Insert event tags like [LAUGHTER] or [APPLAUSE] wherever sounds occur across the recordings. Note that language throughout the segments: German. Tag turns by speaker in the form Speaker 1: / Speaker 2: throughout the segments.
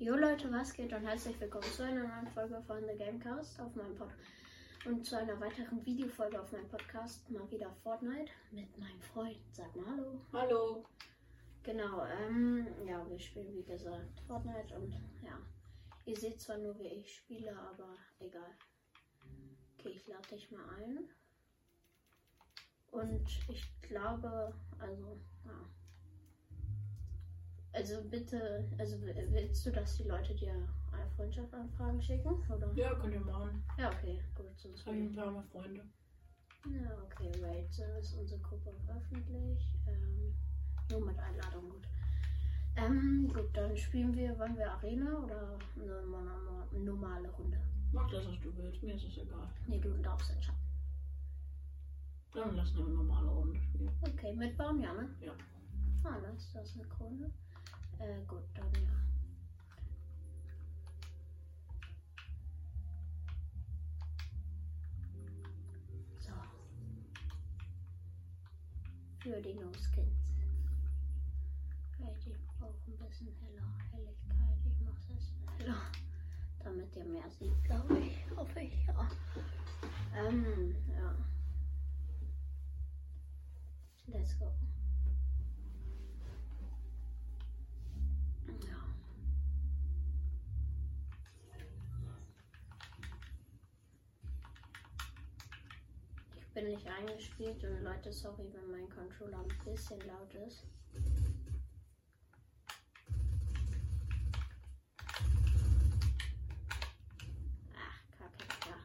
Speaker 1: Jo Leute, was geht und herzlich willkommen zu einer neuen Folge von The Gamecast auf meinem Podcast und zu einer weiteren Videofolge auf meinem Podcast. Mal wieder Fortnite mit meinem Freund. Sag mal hallo.
Speaker 2: Hallo.
Speaker 1: Genau, ähm, ja, wir spielen wie gesagt Fortnite und ja, ihr seht zwar nur, wie ich spiele, aber egal. Okay, ich lade dich mal ein. Und ich glaube, also, ja. Also bitte, also w- willst du, dass die Leute dir eine Freundschaftsanfragen schicken? Oder?
Speaker 2: Ja, Ähm, könnt ihr machen.
Speaker 1: Ja, okay, gut, sonst
Speaker 2: Ich habe ein paar mehr Freunde.
Speaker 1: Ja, okay, Raid Service, unsere Gruppe auf öffentlich. Ähm, nur mit Einladung, gut. Ähm, gut, dann spielen wir, wollen wir Arena oder eine mono- normale Runde?
Speaker 2: Mach das, was du willst. Mir ist es egal.
Speaker 1: Nee, du darfst entscheiden.
Speaker 2: Dann lass eine normale Runde spielen.
Speaker 1: Okay, mitbauen, ja, ne?
Speaker 2: Ja.
Speaker 1: Ah, nice, das ist eine Krone. Äh, gut, dann ja. So. Für die No-Skins. Vielleicht ich brauche ein bisschen heller Helligkeit. Ich mache es heller. Damit ihr mehr seht, glaube ich. Hoffe ich, ja. Ähm, ja. Let's go. Ja. Ich bin nicht eingespielt und Leute, sorry, wenn mein Controller ein bisschen laut ist. Ach, Kacke, ja.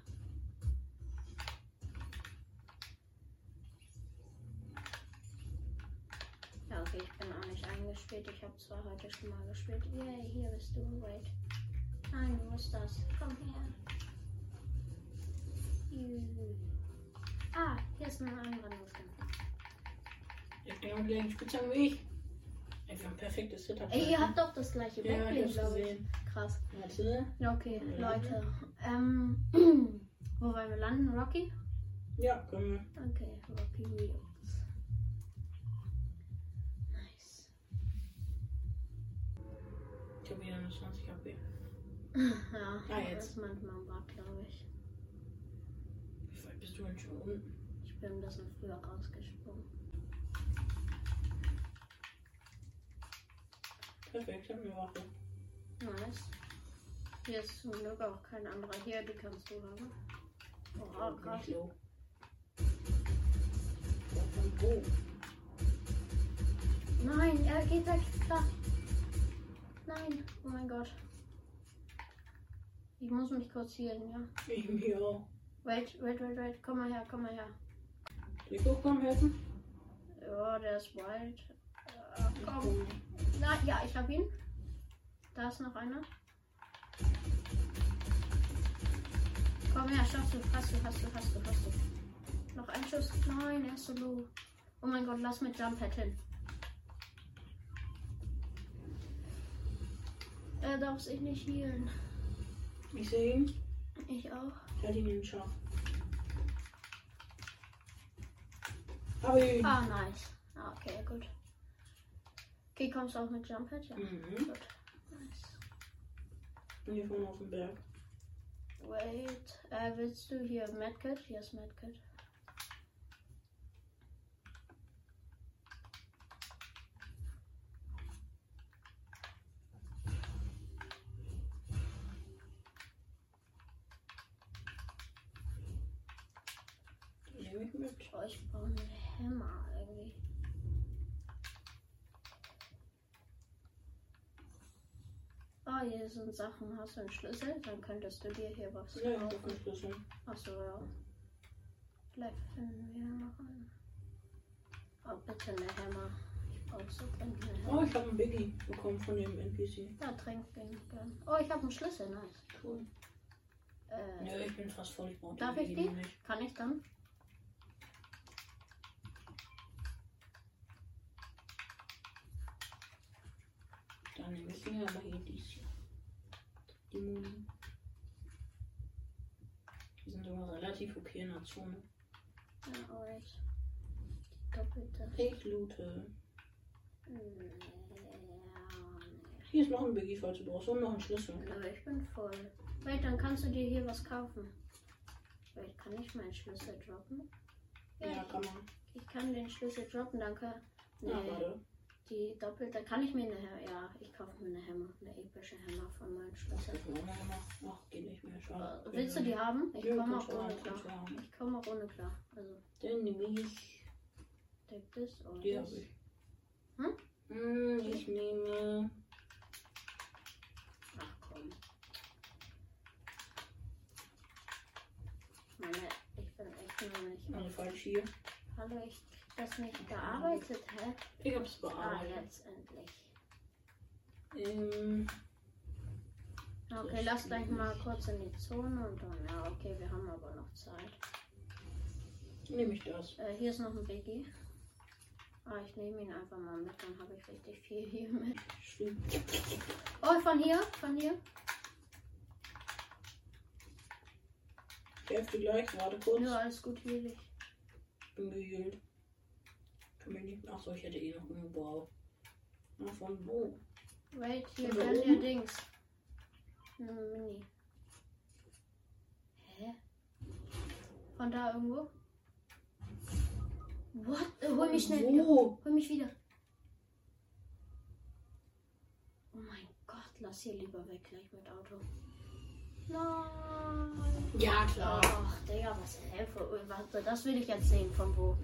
Speaker 1: Ja, okay, ich bin auch nicht eingespielt. Ich habe zwar heute schon mal gespielt. Yay, hier bist du. Wait. Nein, du musst das. Komm her. Juhu. Ah, hier ist ein anderer Notskin.
Speaker 2: Ich denke mit gleichen Spitzhacken wie ich. Einfach ein perfektes Setup.
Speaker 1: Ey, ihr habt doch das gleiche
Speaker 2: ja,
Speaker 1: Backplay,
Speaker 2: ich hab's
Speaker 1: glaube ich.
Speaker 2: gesehen.
Speaker 1: Krass.
Speaker 2: Warte.
Speaker 1: Ja, okay,
Speaker 2: Mhm.
Speaker 1: Leute. Ähm, [CLEARS THROAT] wo wollen wir landen? Rocky?
Speaker 2: Ja, können wir.
Speaker 1: Okay, Rocky Wheels. Nice. [LAUGHS]
Speaker 2: Ich habe wieder eine 20 HP.
Speaker 1: ja,
Speaker 2: Ah,
Speaker 1: das
Speaker 2: jetzt.
Speaker 1: ist manchmal ein Bug, glaube ich.
Speaker 2: Wie weit bist du denn schon unten?
Speaker 1: Ich bin ein bisschen früher rausgesprungen.
Speaker 2: Perfekt, ich habe eine Waffe.
Speaker 1: Nice. Hier ist zum Glück auch kein anderer hier, die kannst du haben. Oha,
Speaker 2: Oh,
Speaker 1: krass.
Speaker 2: nicht low. Oh, oh, oh.
Speaker 1: Nein, er geht weg. Da. Nein, oh mein Gott. Ich muss mich kurz healen, ja.
Speaker 2: Ich mir auch.
Speaker 1: Wait, wait, wait, wait. Komm mal her, komm mal her.
Speaker 2: Rico, komm helfen.
Speaker 1: Ja, der ist wild. Äh, komm. Na, ja, ich hab ihn. Da ist noch einer. Komm her, schaffst du, hast du, hast du, hast du, hast du. Noch ein Schuss. Nein, er ist so low. Oh mein Gott, lass mit Jump Pad hin. Er darf sich Äh, nicht healen.
Speaker 2: Ich sehe ihn.
Speaker 1: Ich auch.
Speaker 2: Halt ihn im Schaf. Hab ihn.
Speaker 1: Ah, nice. Ah, okay, gut. Okay, kommst du auch mit Jump Pad? Ja.
Speaker 2: Mhm.
Speaker 1: Gut. Nice.
Speaker 2: Und hier vorne auf dem Berg.
Speaker 1: Wait, äh, willst du hier Medkit? Hier ist Medkit.
Speaker 2: Den nehme ich mit.
Speaker 1: Oh, ich brauche einen Hammer irgendwie. Ah, hier sind Sachen. Hast du einen Schlüssel? Dann könntest du dir hier was
Speaker 2: Ja, ich hab
Speaker 1: kaufen.
Speaker 2: einen Schlüssel.
Speaker 1: Achso, ja. Vielleicht finden wir noch einen. Oh, bitte eine Hammer. Ich brauche so dringend eine
Speaker 2: Oh,
Speaker 1: Hammer.
Speaker 2: ich habe einen Biggie bekommen von dem NPC.
Speaker 1: Ja, trink den gern. Oh, ich habe einen Schlüssel, nice.
Speaker 2: Cool.
Speaker 1: Äh,
Speaker 2: Ja, ich bin fast voll. Ich brauche
Speaker 1: Darf ich die?
Speaker 2: Biggie nicht.
Speaker 1: Kann ich dann?
Speaker 2: Dann nehme ich mir aber hier dies hier. Die Muni. Die sind sogar relativ okay in der Zone.
Speaker 1: Ja, alright. Die doppelte.
Speaker 2: Ich loote.
Speaker 1: Hm, Ja, nee.
Speaker 2: Hier ist noch ein Biggie, falls du brauchst. Und noch einen Schlüssel.
Speaker 1: Aber ich bin voll. Wait, dann kannst du dir hier was kaufen. Wait, kann ich meinen Schlüssel droppen?
Speaker 2: Ja, kann man.
Speaker 1: ich, ich kann den Schlüssel droppen, danke. Nee,
Speaker 2: Ja, warte.
Speaker 1: die doppelte. Kann ich mir eine Hammer? Ja, ich kaufe mir eine Hammer. Eine epische Hammer von meinem
Speaker 2: Das
Speaker 1: Schlüssel.
Speaker 2: ist noch mal gemacht. Ach, geht nicht mehr. Schade.
Speaker 1: Äh, Willst du die haben? Ich
Speaker 2: Ja,
Speaker 1: komme
Speaker 2: kannst
Speaker 1: auch
Speaker 2: du
Speaker 1: ohne
Speaker 2: haben, kannst du
Speaker 1: klar.
Speaker 2: haben.
Speaker 1: Ich komme auch ohne klar. Also,
Speaker 2: Dann nehme ich.
Speaker 1: deck das und
Speaker 2: Die
Speaker 1: das.
Speaker 2: habe ich.
Speaker 1: Hm?
Speaker 2: Hm, Ich nehme.
Speaker 1: Ach komm. Meine, ich bin echt noch nicht.
Speaker 2: Also falsch hier.
Speaker 1: Hallo, ich hab das nicht bearbeitet, hä?
Speaker 2: Ich hab's
Speaker 1: Ah,
Speaker 2: bearbeitet.
Speaker 1: jetzt endlich.
Speaker 2: Ähm,
Speaker 1: Okay, lass gleich mal kurz in die Zone und dann. Ja, okay, wir haben aber noch Zeit.
Speaker 2: nehme ich das.
Speaker 1: Äh, hier ist noch ein Biggie. Ah, ich nehme ihn einfach mal mit, dann habe ich richtig viel hier mit.
Speaker 2: Schön.
Speaker 1: Oh, von hier, von hier.
Speaker 2: Ich helfe dir gleich. Warte kurz.
Speaker 1: Ja, alles gut, hier ich.
Speaker 2: Bin geheilt. Kann mir nicht. Achso, ich hätte eh noch genug. Wow. Na, von wo?
Speaker 1: Wait, hier
Speaker 2: Und da
Speaker 1: kann der
Speaker 2: oben?
Speaker 1: Dings. Ein Mini. Hä? Von da irgendwo? What? Äh, Hol mich schnell wieder.
Speaker 2: Wo?
Speaker 1: Hol mich wieder. Oh mein Gott, lass hier lieber weg gleich mit Auto. Nein.
Speaker 2: Ja, klar.
Speaker 1: Ach, Digga, was helfe. Ui, Warte, das will ich jetzt sehen. Von wo?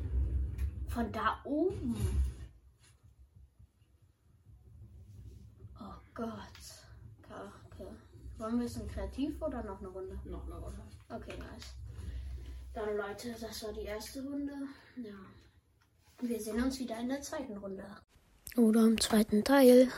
Speaker 1: Von da oben. Oh Gott. Kacke. Wollen wir es ein kreativ oder noch eine Runde?
Speaker 2: Noch eine Runde.
Speaker 1: Okay, nice. Dann Leute, das war die erste Runde. Ja. Wir sehen uns wieder in der zweiten Runde. Oder im zweiten Teil.